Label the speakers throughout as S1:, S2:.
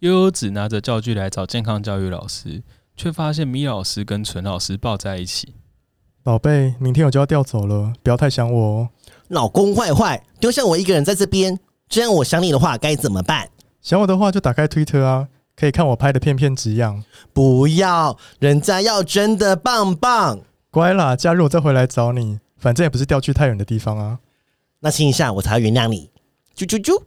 S1: 悠悠只拿着教具来找健康教育老师，却发现米老师跟纯老师抱在一起。
S2: 宝贝，明天我就要调走了，不要太想我哦。
S3: 老公坏坏，丢下我一个人在这边，这样我想你的话该怎么办？
S2: 想我的话就打开 Twitter 啊，可以看我拍的片片几样。
S3: 不要，人家要真的棒棒。
S2: 乖啦，假日我再回来找你，反正也不是调去太远的地方啊。
S3: 那亲一下，我才会原谅你。啾啾啾！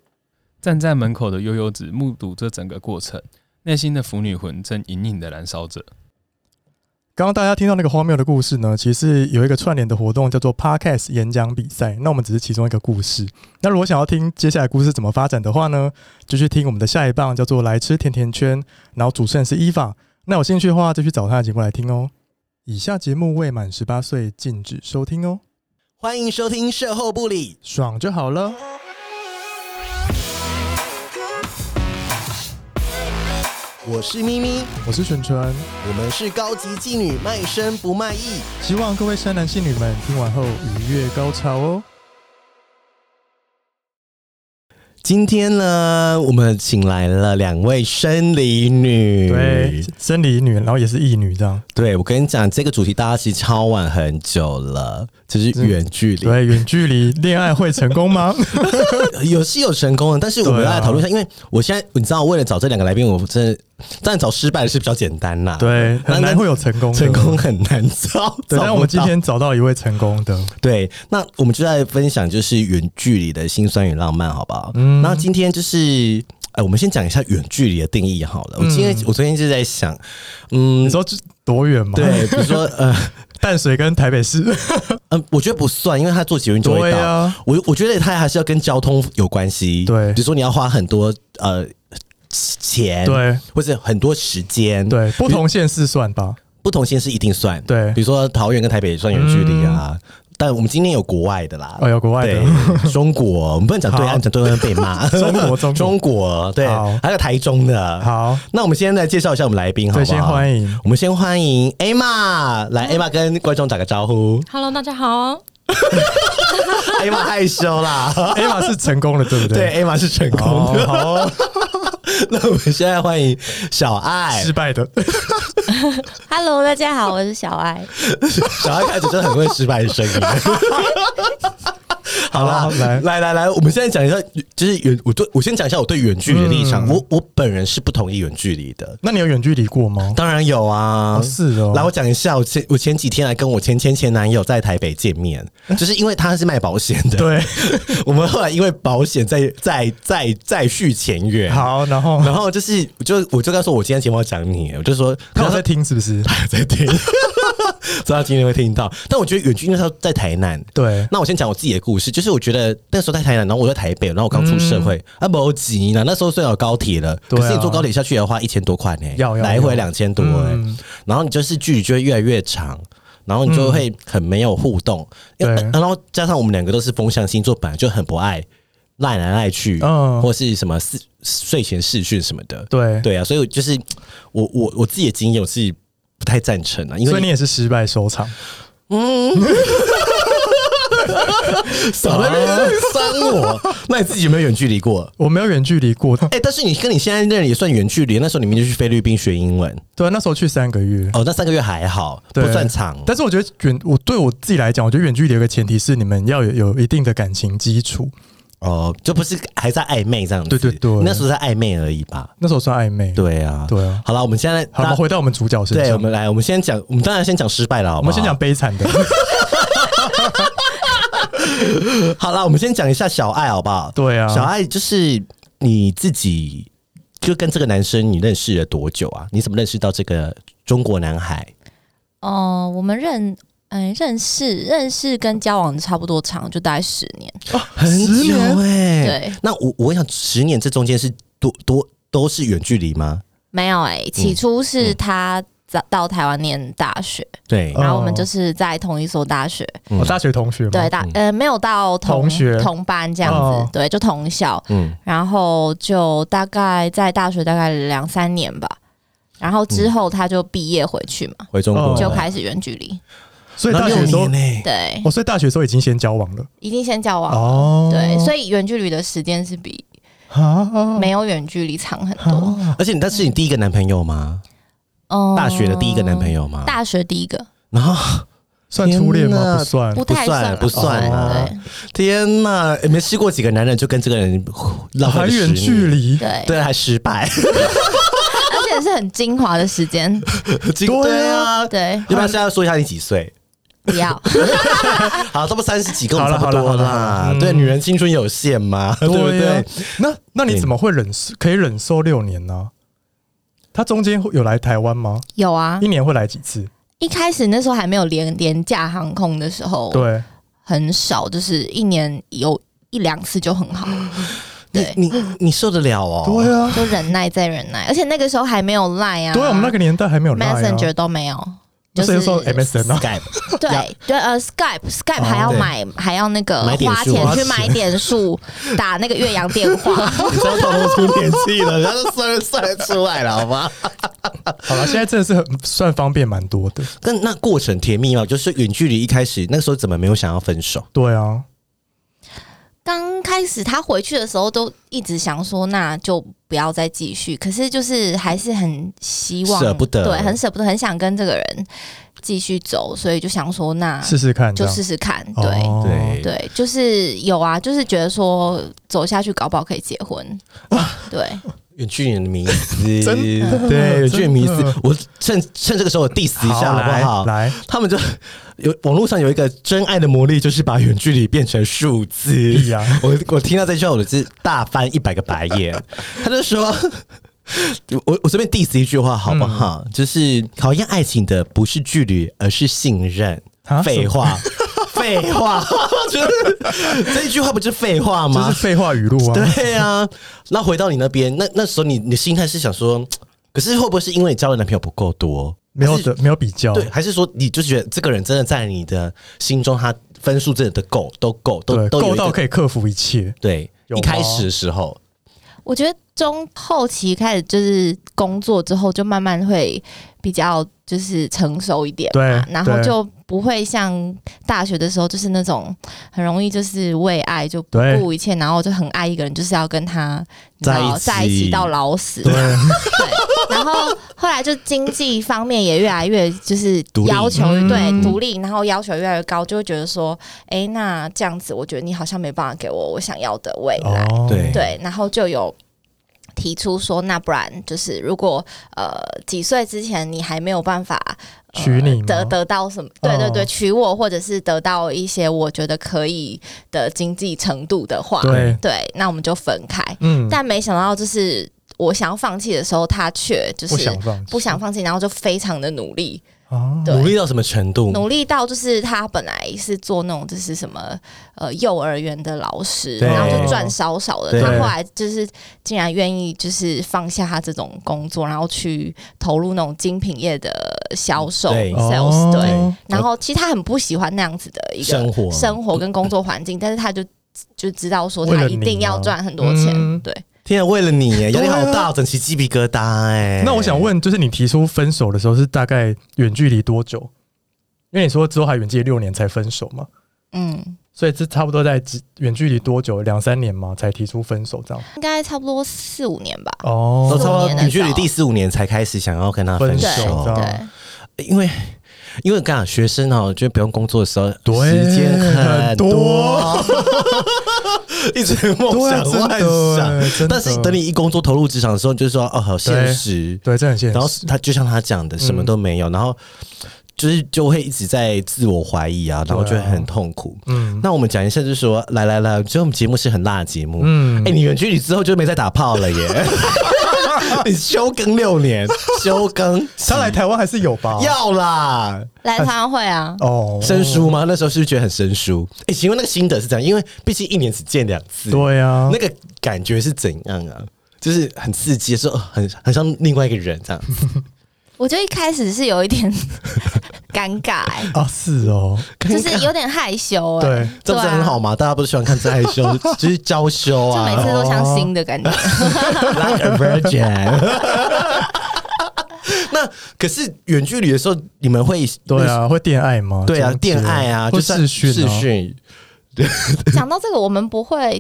S1: 站在门口的悠悠子目睹这整个过程，内心的腐女魂正隐隐的燃烧着。
S2: 刚刚大家听到那个荒谬的故事呢，其实有一个串联的活动叫做 Podcast 演讲比赛，那我们只是其中一个故事。那如果想要听接下来故事怎么发展的话呢，就去听我们的下一棒叫做“来吃甜甜圈”，然后主持人是伊法。那有兴趣的话，就去找他的节目来听哦。以下节目未满十八岁禁止收听哦，
S3: 欢迎收听《售后不理》，
S2: 爽就好了。
S3: 我是咪咪，
S2: 我是纯纯，
S3: 我们是高级妓女，卖身不卖艺。
S2: 希望各位山男信女们听完后愉悦高潮哦。
S3: 今天呢，我们请来了两位生理女。
S2: 对，生理女，然后也是异女这样。
S3: 对，我跟你讲，这个主题大家其实超晚很久了，就是远距离。
S2: 对，远距 离恋爱会成功吗？
S3: 有是有成功的，但是我们
S2: 对
S3: 要
S2: 啊
S3: 来讨论一下，因为我现在你知道，为了找这两个来宾，我真的当然找失败的是比较简单 啦，，
S2: 对，很难会有成功的。
S3: 成功很难找。
S2: 对，
S3: 找
S2: 但
S3: 不
S2: 我们今
S3: 到
S2: 天找到一嗯位成功的，
S3: 对，那我们就在分享就是远距离的辛酸与浪漫，好不好？
S2: 嗯
S3: 那今天就是。哎，我们先讲一下远距离的定义好了。我今天、我昨天就在想，
S2: 嗯
S3: 嗯
S2: 你，说这多远吗？
S3: 对，比如说呃
S2: 淡水跟台北市，
S3: 嗯，我觉得不算，因为他坐捷运就会
S2: 对
S3: 到。
S2: 啊，
S3: 我我觉得他还是要跟交通有关系。
S2: 对
S3: 比如说你要花很多呃钱，，
S2: 对
S3: 或者很多时间，，
S2: 对，不同县市算吧。
S3: 不同县市一定算。，
S2: 对嗯
S3: 比，如说桃园跟台北也算远距离啊。但我们今天有国外的啦，
S2: 哦，有国外的，
S3: 对，中国，我们不能讲对
S2: 好
S3: 岸，讲对岸被 骂。
S2: 中国中国
S3: 中国，对
S2: 好，
S3: 还有台中的。
S2: 好，
S3: 那我们先来介绍一下我们来宾，好
S2: 对，
S3: 不
S2: 先
S3: 好？
S2: 欢迎。
S3: 我们先欢迎 Emma，来，Emma 跟观众打个 招呼。
S4: Hello，大家好。
S3: Emma 害羞啦，
S2: 艾玛是成功的，对不对？
S3: 对，Emma 是成功
S2: 哦
S3: 的。
S2: 好哦，
S3: 那我们现在欢迎小爱
S2: 失，败的，
S4: Hello，大家好，我是小爱。
S3: 小爱开始真的很会失败的声音。好啦
S2: 好，来
S3: 来来来，我们现在讲一下，就是远，我对我先讲一下我对远距离的立
S2: 嗯
S3: 场。我我本人是不同意远距离的，
S2: 那你有远距离过吗？
S3: 当然有啊，
S2: 哦是哦
S3: 来，我讲一下，我前我前几天来跟我前前前男友在台北见面，就是因为他是卖保险
S2: 嗯
S3: 的，
S2: 对，
S3: 我们后来因为保险再再再再续前缘。
S2: 好，然后
S3: 然后就是，我就我就跟他说，我今天节目要讲你，我就说
S2: 他有在听是不是？
S3: 还在听， 所以他今天会听到。但我觉得远距离那时候在台南。
S2: 对，
S3: 那我先讲我自己的故事，就是我觉得那时候在台南，然后我在台北，然后我刚出社会，啊，不急呢。那时候虽然有高铁了，
S2: 嗯对啊
S3: 可是你坐高铁下去的话，一千多块呢、
S2: 要要
S3: 来回
S2: 要
S3: 两千多哎、
S2: 嗯
S3: 然后你就是距离就会越来越长，然后你就会很没有互动，因为
S2: 嗯对
S3: 然后加上我们两个都是风象星座，本来就很不爱赖来赖去，
S2: 嗯
S3: 或是什么视睡前视讯什么的，
S2: 对，
S3: 对啊，所以我就是我我我自己的经验，我自己不太赞成啊，因
S2: 所以你
S3: 为
S2: 也是失败收场。
S3: 少在那
S2: 啊
S3: 边酸我，那你自己有没有远距离过？
S2: 我没有远距离过，
S3: 哎、但是你跟你现在那人也算远距离，那时候你们就去菲律宾学英文
S2: 对，啊那时候去三个月，
S3: 哦，那三个月还好，不
S2: 对
S3: 算长。
S2: 但是我觉得远，我对我自己来讲，我觉得远距离有一个前提是你们要有有一定的感情基础。
S3: 哦，就不是还在暧昧这样子，
S2: 对对对
S3: 那时候在暧昧而已吧。
S2: 那时候算暧昧，
S3: 对啊，
S2: 对啊
S3: 好了，我们现在
S2: 好，我
S3: 大
S2: 们回到我们主角身
S3: 对，
S2: 上，
S3: 我们来，我们先讲，我们当然先讲失败了，好
S2: 我
S3: 不
S2: 们
S3: 好
S2: 先讲。悲惨的。
S3: 好了，我们先讲一下小爱，好不好？
S2: 对啊，
S3: 小爱就是你自己，就跟这个男生你认识了多久啊？你怎么认识到这个中国男孩？
S4: 哦、我们认嗯、认识认识跟交往差不多长，就大概十年。
S3: 很久
S2: 欸
S3: 哎、
S4: 对，
S3: 那我我想，十年这中间是多多都是远距离吗？
S4: 没有哎、起初是他在到台湾念大学，
S3: 对，
S2: 哦
S4: 然后我们就是在同一所大学，
S3: 嗯
S2: 我大学同学嘛，
S4: 对大呃没有到同
S2: 同学
S4: 同班这样子，
S2: 哦
S4: 对，就同校，
S3: 嗯，
S4: 然后就大概在大学大概两三年吧，然后之后他就毕业回去嘛，
S3: 回中国
S2: 哦
S4: 就开始远距离，
S2: 所以
S3: 然后
S2: 大学的时候哦
S3: 六，年呢、
S4: 对，
S2: 我所以大学的时候已经先交往了
S4: 一定先交往。
S2: 哦
S4: 对，所以远距离的时间是比
S2: 啊，
S4: 没有远距离长很多。
S2: 啊，
S3: 而且你那是你第一个男朋友吗？
S4: 嗯，
S2: 哦
S3: 大学的第一个男朋，友吗？
S4: 大学第一个
S3: 然后
S2: 算初恋
S3: 天
S2: 吗？
S3: 哪
S2: 不算，
S4: 不太
S3: 算
S4: 啦
S3: 不算啊
S4: 对
S3: 天哪，诶没试过几个男人就跟这个人呼浪费
S2: 还
S3: 了十
S2: 远
S3: 年
S2: 距，离，
S4: 对对，
S3: 对，啊还失败，
S4: 而且是很精华的时间，
S3: 对啊。
S4: 对，
S3: 要不要现在说一下你几岁？
S4: 不要。
S3: 好，差不多三十几跟我
S2: 好
S3: 们
S2: 了
S3: 差不多
S2: 好了好
S3: 啦
S2: 了。嗯
S3: 对，女人青春有限嘛， 对不
S2: 啊
S3: 对？
S2: 那那你怎么会忍受可以忍受六年呢？他中间会有来台湾吗？
S4: 有啊
S2: 一，年会来几次？
S4: 一开始那时候还没有廉廉价航空的时候，
S2: 对，
S4: 很少，就是一年有一两次 就很好。对，
S3: 你你你受得了哦？
S2: 对啊，
S4: 就忍耐再忍耐，而且那个时候还没有 Line 啊，
S2: 对啊，我们那个年代还没有 Line 啊
S4: Messenger 都没有，
S2: 那
S4: 就是
S2: 时候 MSN 啊，
S3: Skype
S4: 对对呃 Skype Skype 还要
S3: 哦对
S4: 买还要那个
S3: 买点
S4: 花
S3: 数
S4: 钱
S3: 花
S4: 去
S3: 钱
S4: 买 点数打那个岳阳电话，
S3: 你这样透露出年纪了， 然后算算得出来了，好吗？
S2: 好了，现在真的是很算方便蛮多的。
S3: 那那过程甜蜜吗？就是远距离一开始那时候怎么没有想要分手？
S2: 对啊，
S4: 刚开始他回去的时候都一直想说，那就不要再继续。可是就是还是很希望，
S3: 舍不得
S4: 对，很舍不得，很想跟这个人继续走，所以就想说，那
S2: 试试看这
S4: 啊就
S2: 样，
S4: 试试看。对、
S2: 哦
S3: 对
S4: 对，就是有啊，就是觉得说走下去，搞不好可以结 婚。对，
S3: 远距离的迷 思，
S2: 真的
S3: 对远距离迷
S2: 真的
S3: 思。我趁趁这个时候我 diss 一下好不
S2: 来
S3: 好？
S2: 来，
S3: 他们就有网络上有一个真爱的魔力，就是把远距离变成数 字。
S2: 呀，
S3: 我我听到这句话，我就是大翻一百个白眼。 他就说。 我我随便 diss 一句话好不好？
S2: 嗯
S3: 就是考验爱情的不是距离，而是信任
S2: 啊。
S3: 废话， 废话，就是 这一句话不是废话
S2: 这
S3: 吗
S2: 是？废话语录啊。
S3: 对啊，那回到你那边，那那时候你你心态是想说，可是会不会是因为你交的男朋友不够多？
S2: 没有
S3: 还是
S2: 的，没有比较，
S3: 对，还是说你就是觉得这个人真的在你的心中，他分数真的都够，都够，都
S2: 对，
S3: 都有
S2: 够
S3: 一个
S2: 到可以克服一切。
S3: 对。
S2: 有
S3: 一
S2: 吗
S3: 开始的时候，
S4: 我觉得中后期开始就是工作之后，就慢慢会比较就是成熟一点嘛，
S2: 对
S4: 啊然后
S2: 对
S4: 就不会像大学的时候，就是那种很容易就是为爱就不
S2: 对
S4: 顾一切，然后就很爱一个人，就是要跟他你知道
S3: 在
S4: 在
S3: 一
S4: 一
S3: 起
S4: 起到老死。
S2: 对，
S4: 对然后后来就经济方面也越来越就是
S3: 独立
S4: 要求
S2: 嗯
S4: 对独立，然后要求越来越高，就会觉得说，哎，那这样子，我觉得你好像没办法给我我想要的未来。
S2: 哦，
S3: 对
S4: 对，然后就有提出说，那不然就是如果呃几岁之前你还没有办法、呃
S2: 娶你吗
S4: 得得到什么？对对对，
S2: 嗯哦
S4: 娶我，或者是得到一些我觉得可以的经济程度的话，
S2: 对，
S4: 那我们就分开。
S2: 嗯，
S4: 但没想到，就是我想要放弃的时候，他却就
S2: 不
S4: 是
S2: 想放弃，
S4: 不想放弃，然后就非常的努力，
S2: 啊，
S4: 对
S3: 努力到什么程度？
S4: 努力到就是他本来是做那种就是什么呃幼儿园的老师，
S3: 对
S4: 然后就赚少少的。
S3: 对
S4: 他后来就是竟然愿意就是放下他这种工作，然后去投入那种精品业的销售
S3: 对
S4: sales 对。
S2: 哦
S4: 然后其实他很不喜欢那样子的一个
S3: 生活
S4: 生活跟工作环境，但是他就就知道说
S2: 为
S4: 他
S2: 了
S4: 一
S2: 你
S4: 定要
S2: 吗
S4: 赚很多钱，
S2: 嗯
S4: 对。
S3: 天啊，为了你耶，压力好
S2: 对
S3: 大，整起鸡皮疙瘩哎。
S2: 那我想，问，就是你提出分手的时候是大概远距离多久？因为你说之后还远距离六年才分手嘛，
S4: 嗯，
S2: 所以这差不多在几远距离多久？两三年嘛，才提出分手这样。
S4: 应该差不多四五年吧。
S2: 哦
S3: 都差不
S4: 四
S3: 多
S4: 五年啊了
S3: 你距离第四五年才开始想要跟他分
S2: 分
S3: 手
S2: 手，
S4: 对
S2: 哦
S4: 对，
S3: 因为因为刚好学生哦，就不用工作的时候，
S2: 对
S3: 时间
S2: 很
S3: 多，一直梦
S2: 对啊，
S3: 想
S2: 真
S3: 幻
S2: 的
S3: 想。
S2: 欸，真的
S3: 但是等你一工作投入职场的时候，你就说哦，好现实。
S2: 对，嗯这很现实。
S3: 然后他就像他讲的，什么都没有，然后就是就会一直在自我怀疑啊，然后就会很痛苦。
S2: 嗯
S3: 那我们讲一下，就是说，来来来，就我们节目是很辣的节目，
S2: 嗯
S3: 哎、，你远距离之后就没再打炮了耶！ 你休更六年，休更
S2: 他来台湾还是有吧？
S3: 要啦，
S4: 来台湾会啊，
S2: 哦，
S3: 生疏吗？那时候是不是觉得很生疏？哎、请问那个心得是怎样？因为毕竟一年只见两次，、
S2: 对啊
S3: 那，个感觉是怎样啊？就是很刺激，说哦很很像另外一个人 这样。
S4: 我觉得一开始是有一点尴尬、欸，
S2: 啊是哦，
S4: 就是有点害羞、欸，
S2: 对，
S3: 这不是很好
S4: 吗？
S3: 吗？大家不是喜欢看自害羞，就是娇羞
S4: 就每
S3: 啊
S4: 次都像新的 感觉，
S3: ，like a virgin。那可是远距离的时候，你们会
S2: 对，啊，会恋爱吗？
S3: 对啊，
S2: 这样子
S3: 恋爱啊，
S2: 会
S3: 就是
S2: 视讯啊
S3: 视讯，
S4: 讲到这个，我们不会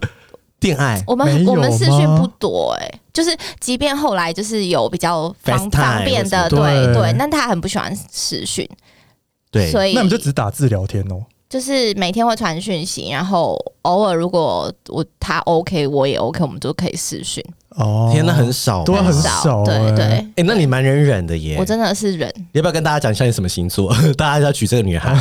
S3: 恋爱
S4: 我
S2: 没
S4: 们
S2: 有
S4: 我们视讯
S2: 吗
S4: 不多哎、就是即便后来就是有比较
S3: FaceTime
S4: 方方便的，
S2: 或者什么
S4: 对
S2: 对
S4: 对，但他很不喜欢视讯，
S3: 对，
S4: 所以
S2: 那你们就只打字聊天哦。
S4: 就是每天会传讯息，然后偶尔如果我他 OK 我也 OK，我们就可以视讯，
S2: 哦，
S3: 天，那很少吧，
S2: 对
S3: 哎
S2: 啊很
S4: 少
S2: 少欸
S4: 对对，
S3: 哦哎、那你蛮忍忍的耶！
S4: 我真的是人，
S3: 你要不要跟大家讲一下你什么星座？ 大家要娶这个女孩，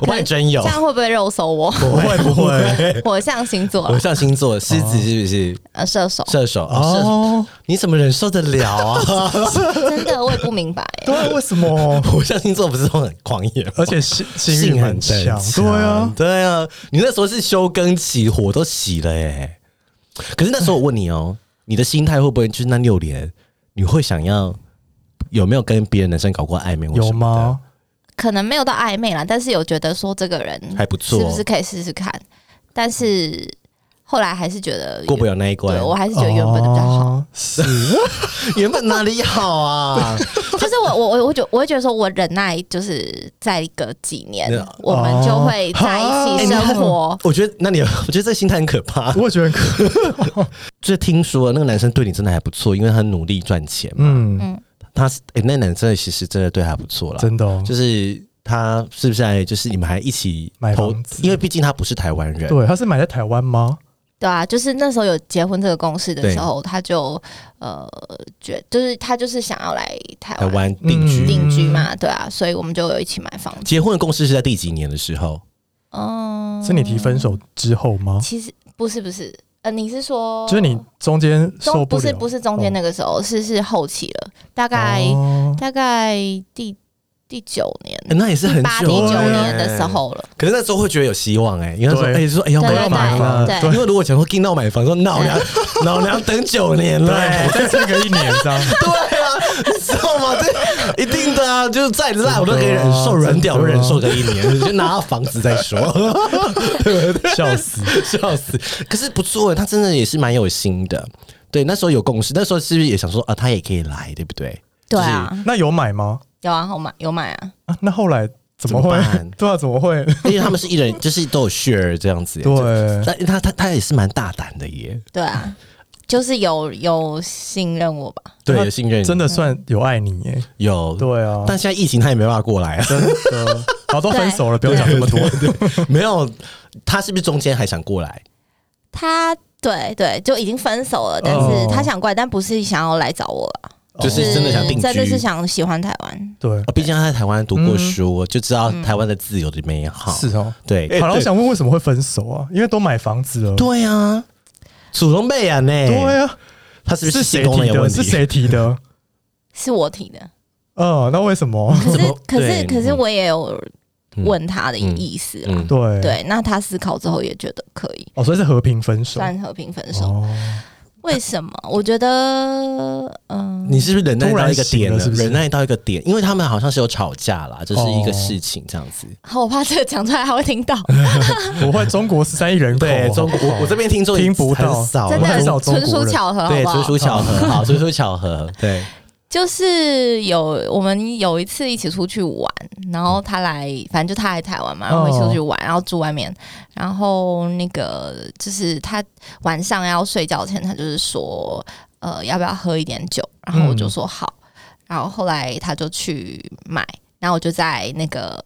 S3: 我帮你真有
S4: 这，样会不会肉搜我？
S3: 不会不会。
S4: 我像星座
S3: 我上星座狮子是不是？
S4: 呃射手，
S3: 射手 哦，
S2: 哦，
S3: 射你怎么忍受得了啊？
S4: 真的我也不明白欸、
S2: 对啊，为什么？
S3: 我上星座不是都很狂野吗，
S2: 而且性性
S3: 性
S2: 欲
S3: 很
S2: 很强，对啊，
S3: 对啊。你那时候是休耕起火都起了哎、可是那时候我问你哦，你的心态会不会就是那六年，你会想要有没有跟别的男生搞过暧昧或
S2: 有
S3: 什么的？
S2: 吗？
S4: 可能没有到暧昧啦，但是有觉得说这个人
S3: 还不错
S4: 是不是可以试试看？但是后来还是觉得
S3: 过不了那一关
S4: 对，我还是觉得原本的比较好。
S2: 哦是
S3: 原本哪里好啊？
S4: 就是我我我我觉我会觉得说，我忍耐就是在一个几年
S3: 对啊，
S4: 我们就会在
S3: 哦
S2: 哎
S4: 一起生活。
S3: 哎我觉得，那你， 我觉得这心态很可怕。
S2: 我也觉得很可，
S3: 就是听说那个男生对你真的还不错，因为他努力赚钱嘛。
S2: 嗯，
S3: 他是，哎、那男生其实真的对他不错啦。
S2: 真的哦，
S3: 就是他是不是还就是你们还一起
S2: 买
S3: 投
S2: 房子？
S3: 因为毕竟他不是台湾人，
S2: 对，他是买在台湾吗？
S4: 对啊，就是那时候有结婚这个公式的时候，他就呃觉就是他就是想要来台
S3: 台
S4: 湾
S3: 湾嗯定
S2: 嗯
S3: 居。
S4: 定居嘛，对啊，所以我们就有一起买房子。
S3: 结婚的共识是在第几年的时候？
S4: 嗯，
S2: 是你提分手之后
S3: 哦
S2: 吗？
S4: 其实不是不是，呃，你是说
S2: 就是你中间受
S4: 中
S2: 不
S4: 不
S2: 了，
S4: 是不是中
S3: 哦
S4: 间那个时候，是是后期了，大概、
S2: 哦
S4: 大概第第九年。
S3: 哎那也是很
S4: 八
S3: 久
S4: 第九
S3: 欸
S4: 年的时。候了，
S3: 可是那时候会觉得有希望哎、因为那时候
S2: 对
S3: 哎、说哎、要
S4: 对
S3: 买
S4: 对
S2: 要
S3: 要
S2: 买
S3: 买
S2: 房对
S4: 对对
S3: 因为如果想说进到买房，说老 娘老娘等九年了、
S2: 对，我再撑个一年这样，
S3: 对啊，你知道吗？这一定的啊，就是再烂我都可以忍受，
S2: 真的啊
S3: 软屌我
S2: 真的啊
S3: 忍受个一年，就拿到房子再说，
S2: 笑死！
S3: 笑死。可是不错，欸他真的也是蛮有心的。对，那时候有共识，那时候是不是也想说啊，他也可以来，对不对？
S4: 对啊，
S2: 那有买吗？
S4: 有啊，有买有买啊，
S2: 啊，那后来怎么
S3: 怎么
S2: 会
S3: 办？
S2: 对啊，怎么会？
S3: 因为他们是一人，就是都有 share 这样子。
S2: 对
S3: 但他他他也是蛮大胆的耶，
S4: 对啊，就是有有信任我吧，
S3: 对，
S2: 他
S3: 有信任，
S2: 真的算有爱你耶，
S3: 有。
S2: 对啊，
S3: 但现在疫情他也没办法过来啊，
S2: 真的，好 都分手了，不要讲这么多，
S3: 没有，他是不是中间还想过来？
S4: 他对对就已经分手了，但
S2: 哦
S4: 是他想过来，但不是想要来找我了，
S3: 就是
S4: 是
S3: 真的想定居
S4: 真的是想喜欢台湾，
S2: 对，
S3: 啊毕竟他在台湾读过书，就知道台湾的自由的美嗯哎好。
S2: 是哦。
S3: 对，
S2: 好了，我
S3: 对
S2: 想问为什么会分手啊？因为都买房子了，
S3: 对啊，祖宗辈啊，呢，
S2: 对啊，
S3: 他是不是
S2: 是
S3: 性
S2: 谁
S3: 功能
S2: 提
S3: 有问
S2: 的？
S3: 题？
S2: 是谁提 的？
S4: 是我提的，
S2: 嗯，那为什么？
S4: 可
S3: 怎
S4: 是
S3: 么
S4: 可是
S3: 对
S4: 可是我也有
S3: 嗯
S4: 问他的
S3: 嗯
S4: 意思啊，
S3: 嗯，
S2: 对，
S4: 对，那他思考之后也觉得可以，
S2: 哦，所以是和平分手。
S4: 算和平分手。
S2: 哦，
S4: 为什么？我觉得，嗯，
S3: 你是不是忍耐到一个点
S2: 突然醒了是不是
S3: 忍耐到一个点，因为他们好像是有吵架啦，这是一个
S2: 哦
S3: 事情这样子。
S4: 好，我怕这个讲出来他会 听到，
S2: 不会，中国十三亿人口，
S3: 对，中国我我这边听众
S2: 哦听不到
S3: 很少，啊
S4: 真
S2: 我很
S4: 的
S2: 少中
S4: 纯
S2: 国
S4: 属
S2: 人
S4: 巧合，好
S3: 对，
S4: 不
S3: 纯
S4: 好？
S3: 属巧 合，好，纯属巧合，对，
S4: 就是有我们有一次一起出去玩，然后他来，反正就他来台湾嘛，然后一起出去玩，然后住外面，然后那个就是他晚上要睡觉前，他就是说，呃，要不要喝一点酒？然后我就说好，然后后来他就去买，然后我就在那个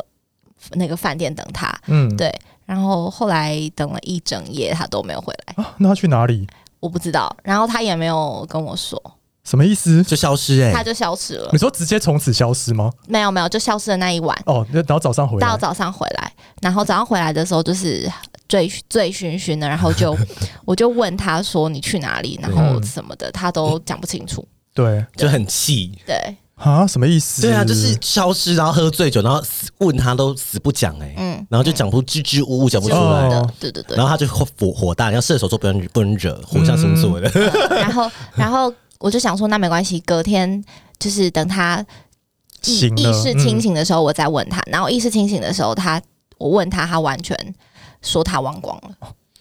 S4: 那个饭店等他，
S2: 嗯，
S4: 对，然后后来等了一整夜，他都没有回来，
S2: 啊，那他去哪里？
S4: 我不知道，然后他也没有跟我说，
S2: 什么意思？
S3: 就消失哎、
S4: 他就消失了
S2: 你，说直接从此消失吗？
S4: 没有没有，就消失的那一晚，
S2: 哦，那然后早上回
S4: 到
S2: 来，
S4: 早上回来，然后早上回来的时候就是醉醉醺醺的，然 后就我就问他说你去哪里，然后什么的，他都讲不清楚，
S2: 对
S3: 就很气。
S4: 对，
S2: 啊，什么意思？
S3: 对啊，就是消失，然后喝醉酒，然后死问他都死不讲哎、
S4: 嗯，
S3: 然后就讲不支支吾吾讲不出
S4: 就
S3: 来，
S4: 是
S2: 哦
S4: 的，对对对
S3: 然，后他就火火火大，像射手座不能不能惹，火象星座
S2: 嗯
S3: 的，
S4: 然后然后我就想说那没关系，隔天就是等他意
S2: 醒了
S4: 意识清
S2: 嗯
S4: 醒的时候，我再问他。
S3: 嗯
S4: 然后意识清醒的时候，他我问他，他完全说他忘光了。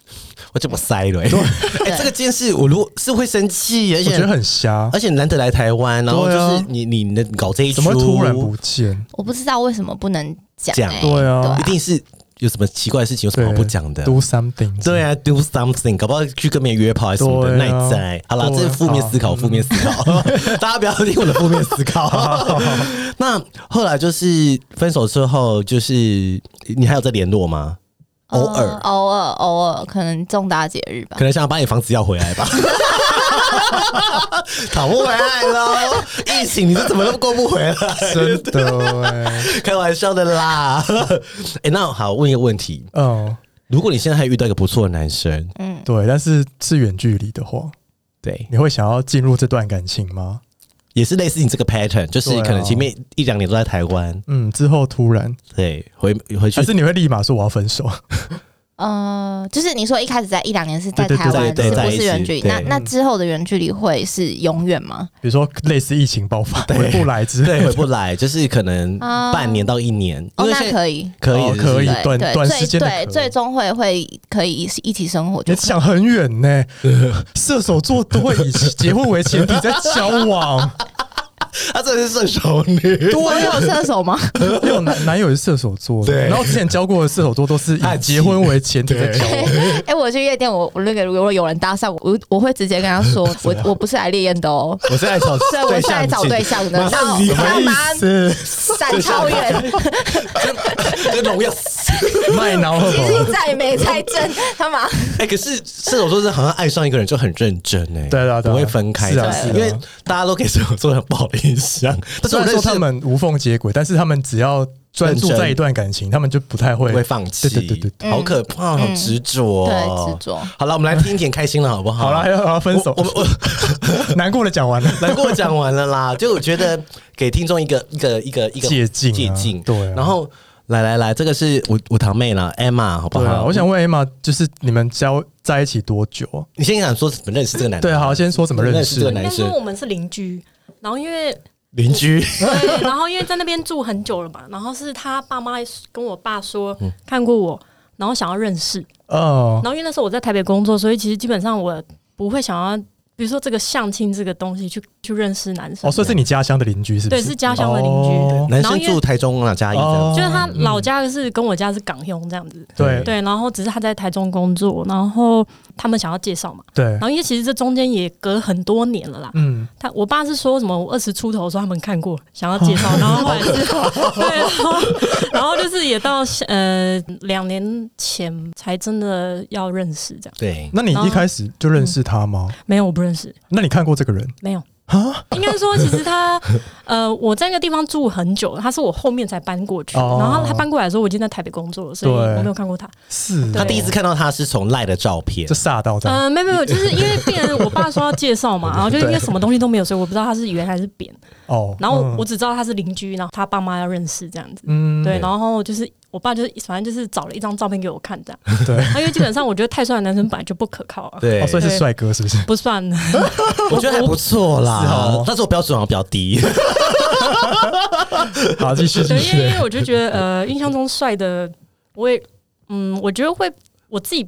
S3: 我这么塞了、欸。哎、
S4: 对
S3: 这个件事我如果是会生气，而
S2: 我觉得
S3: 且
S2: 很瞎，
S3: 而且难得来台湾，然后
S2: 对啊
S3: 就是你你你搞这一出，
S2: 怎么会突然不见？
S4: 我不知道为什么不能讲、
S3: 讲
S4: 欸，
S2: 对啊
S4: 对
S3: 一定是有什么奇怪的事情，有什么好不讲的？
S2: ，do something，
S3: 对啊，do something，搞不好去跟别人约炮还是什么的，那
S2: 对啊
S3: 你在。好啦，
S2: 对啊
S3: 这是负面思考，
S2: 好
S3: 负面思 考，大家不要听我的负面思考。那后来就是分手之后，就是你还有在联络吗？偶尔
S4: 呃偶尔，偶尔，可能重大节日吧
S3: 可。能想把你房子要回 来吧。讨不回来喽！疫情你是怎么都过不回来？
S2: 真的哎，
S3: 开玩笑的啦。 哎、那好，问一个问题：
S2: 嗯，
S3: 如果你现在还遇到一个不错的男生，
S4: 嗯，
S2: 对，但是是远距离的话，
S3: 对，
S2: 你会想要进入这段感情吗？
S3: 也是类似你这个 pattern，就是
S2: 对啊
S3: 可能前面一两年都在台湾，
S2: 嗯，之后突然，
S3: 对，回回去
S2: 还是你会立马说我要分手？
S4: 呃，就是你说一开始在一两年是在
S2: 对对
S4: 台湾，
S3: 对
S4: 是
S3: 对在
S4: 不
S3: 一起
S4: 是远距离？
S3: 对
S4: 那那之后的远距离会是永远吗？
S2: 比如说类似疫情爆发回不来之类
S3: 对回
S2: 的，
S3: 不 来，就是可能
S4: 啊
S3: 半年到一年，因
S4: 哦，
S3: 为
S4: 那
S3: 现在
S4: 可以，
S3: 可以
S2: 哦
S3: 就是
S2: 可以
S4: 对
S2: 短
S4: 对，
S2: 短
S4: 最
S2: 时间的可
S4: 对
S2: 以
S4: 最终会会可以一起生活就
S2: 你
S4: 可以。
S2: 想很远 呢、射手座都会以结婚为前提在交 往。
S3: 她真的啊是射手女，
S4: 我有射 手吗？
S2: 因为我男男友也是射手座，
S3: 对
S2: 然后之前交过的射手座都是以结婚为前提在交往。
S4: 哎、我去夜店，我我那个如果有人搭讪我，我我会直接跟 他说，我我不是来烈焰的哦，
S3: 我是来找
S4: 对，我是来找对象的，
S3: 马
S4: 然后
S3: 上离
S4: 干
S3: 开，
S4: 嘛
S2: 是
S4: 闪 超远？
S3: 跟荣耀。
S2: 卖脑
S4: 其实在没在真，他妈
S3: 哎、可是射手座是好像爱上一个人就很认真哎、
S2: 对啊对啊对啊
S3: 不会分开
S2: 是
S3: 的，
S2: 啊
S4: 是啊
S3: 因为大家都给射手座很不好的印 象。但是
S2: 虽然
S3: 我认
S2: 说
S3: 识
S2: 他们无缝接轨，但是他们只要专注在一段感情，他们就不太会
S3: 不会放弃，
S2: 对对对对
S4: 对
S3: 好可怕，
S5: 嗯
S3: 好执着、哦
S4: 对执着。
S3: 好了，我们来听一点开心了，好不好？
S2: 好了， 要要分手
S3: 我，我我
S2: 难过的讲完了。
S3: 难过讲完了啦，就我觉得给听众一个一个一个一个
S2: 借镜啊
S3: 借镜，
S2: 对啊
S3: 然后来来来，这个是我我堂妹啦，Emma，好不
S2: 对啊，
S3: 好？
S2: 我想问 Emma，就是你们交在一起多久啊？
S3: 你先想说怎么认识这个男的？
S2: 对，好，先说怎么认
S3: 认识
S2: 识
S3: 这个
S2: 的。
S3: 男
S5: 那时候
S3: 生
S5: 我们是邻居，然后因为
S3: 邻居，
S5: 对，然后因为在那边住很久了嘛，然后是他爸妈跟我爸说看过我，然后想要认识，
S2: 嗯哦
S5: 然，后因为那时候我在台北工作，所以其实基本上我不会想要，比如说这个相亲这个东西去去认识男生，
S2: 哦，所以是你家乡的邻居是不
S5: 对，
S2: 是？
S5: 是家乡的邻居。
S2: 哦
S3: 男
S5: 然后
S3: 生
S5: 因为
S3: 住台中啊，嘉义这样
S2: 哦
S5: 就是他老家是跟我家是港佣这样子，
S2: 对
S3: 嗯
S5: 对，然后只是他在台中工作，然后他们想要介绍嘛，
S2: 对
S5: 然，后因为其实这中间也隔很多年了啦，
S2: 嗯，
S5: 他我爸是说什么我二十出头的时候他们看过，想要 介绍，然后后来是， 对，然后然后就是也到呃两年前才真的要认识这样，
S3: 对。
S2: 那你一开始就认识他吗？
S5: 没有我不认识，
S2: 那你看过这个人
S5: 没有。
S2: 啊？
S5: 应该说，其实他，呃，我在那个地方住很久，他是我后面才搬过去，
S2: 哦
S5: 然后他搬过来的时候，我已经在台北工作了，所以
S2: 对
S5: 我没有看过他。
S2: 是，
S3: 他第一次看到他是从赖的照片
S2: 就，吓到这样。
S5: 呃，没有没有，就是因为变成我爸说要介 绍嘛，然后就是因为什么东西都没有，所以我不知道他是圆还是扁，
S2: 哦，
S5: 然后我
S2: 嗯
S5: 我只知道他是邻居，然后他爸妈要认识这样子。
S2: 嗯
S5: 对，然后就是我爸就是反正就是找了一张照片给我看这样，
S2: 对，
S5: 他因为基本上我觉得太帅的男生本来就不可靠啊，
S3: 对
S2: 哦，所以是帅哥是 不是？
S5: 不算的。
S3: 我觉得还不错
S2: 是
S3: 啦
S2: 哦，
S3: 但是我标准好像比较低。
S2: 好，继续继
S5: 对，因为因
S2: 续。
S5: 为我就觉得呃，印象中帅的，我也嗯，我觉得会我自己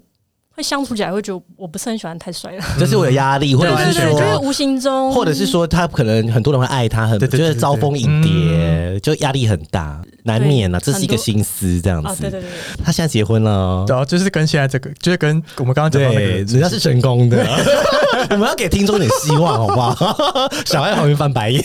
S5: 会相处起来会觉得我不是很喜欢太帅的，
S3: 就是
S2: 嗯
S3: 我有压力，或
S5: 对
S3: 者
S5: 对
S3: 是
S5: 对，就是
S3: 说，
S5: 无形中，
S3: 或者是说他可能很多人会爱他，很
S2: 对对
S3: 就
S2: 对嗯
S3: 是招蜂引蝶，就压力很大，难免啊，这是一个心思这样
S5: 啊，对
S3: 子。
S5: 对对对，
S3: 他现在结婚了哦，
S2: 然后啊就是跟现在这个，就是跟我们刚刚讲到那个
S3: 对，
S2: 人，
S3: 人家是成 功的。我们要给听众一点希望，好 不好？小爱旁边翻白眼。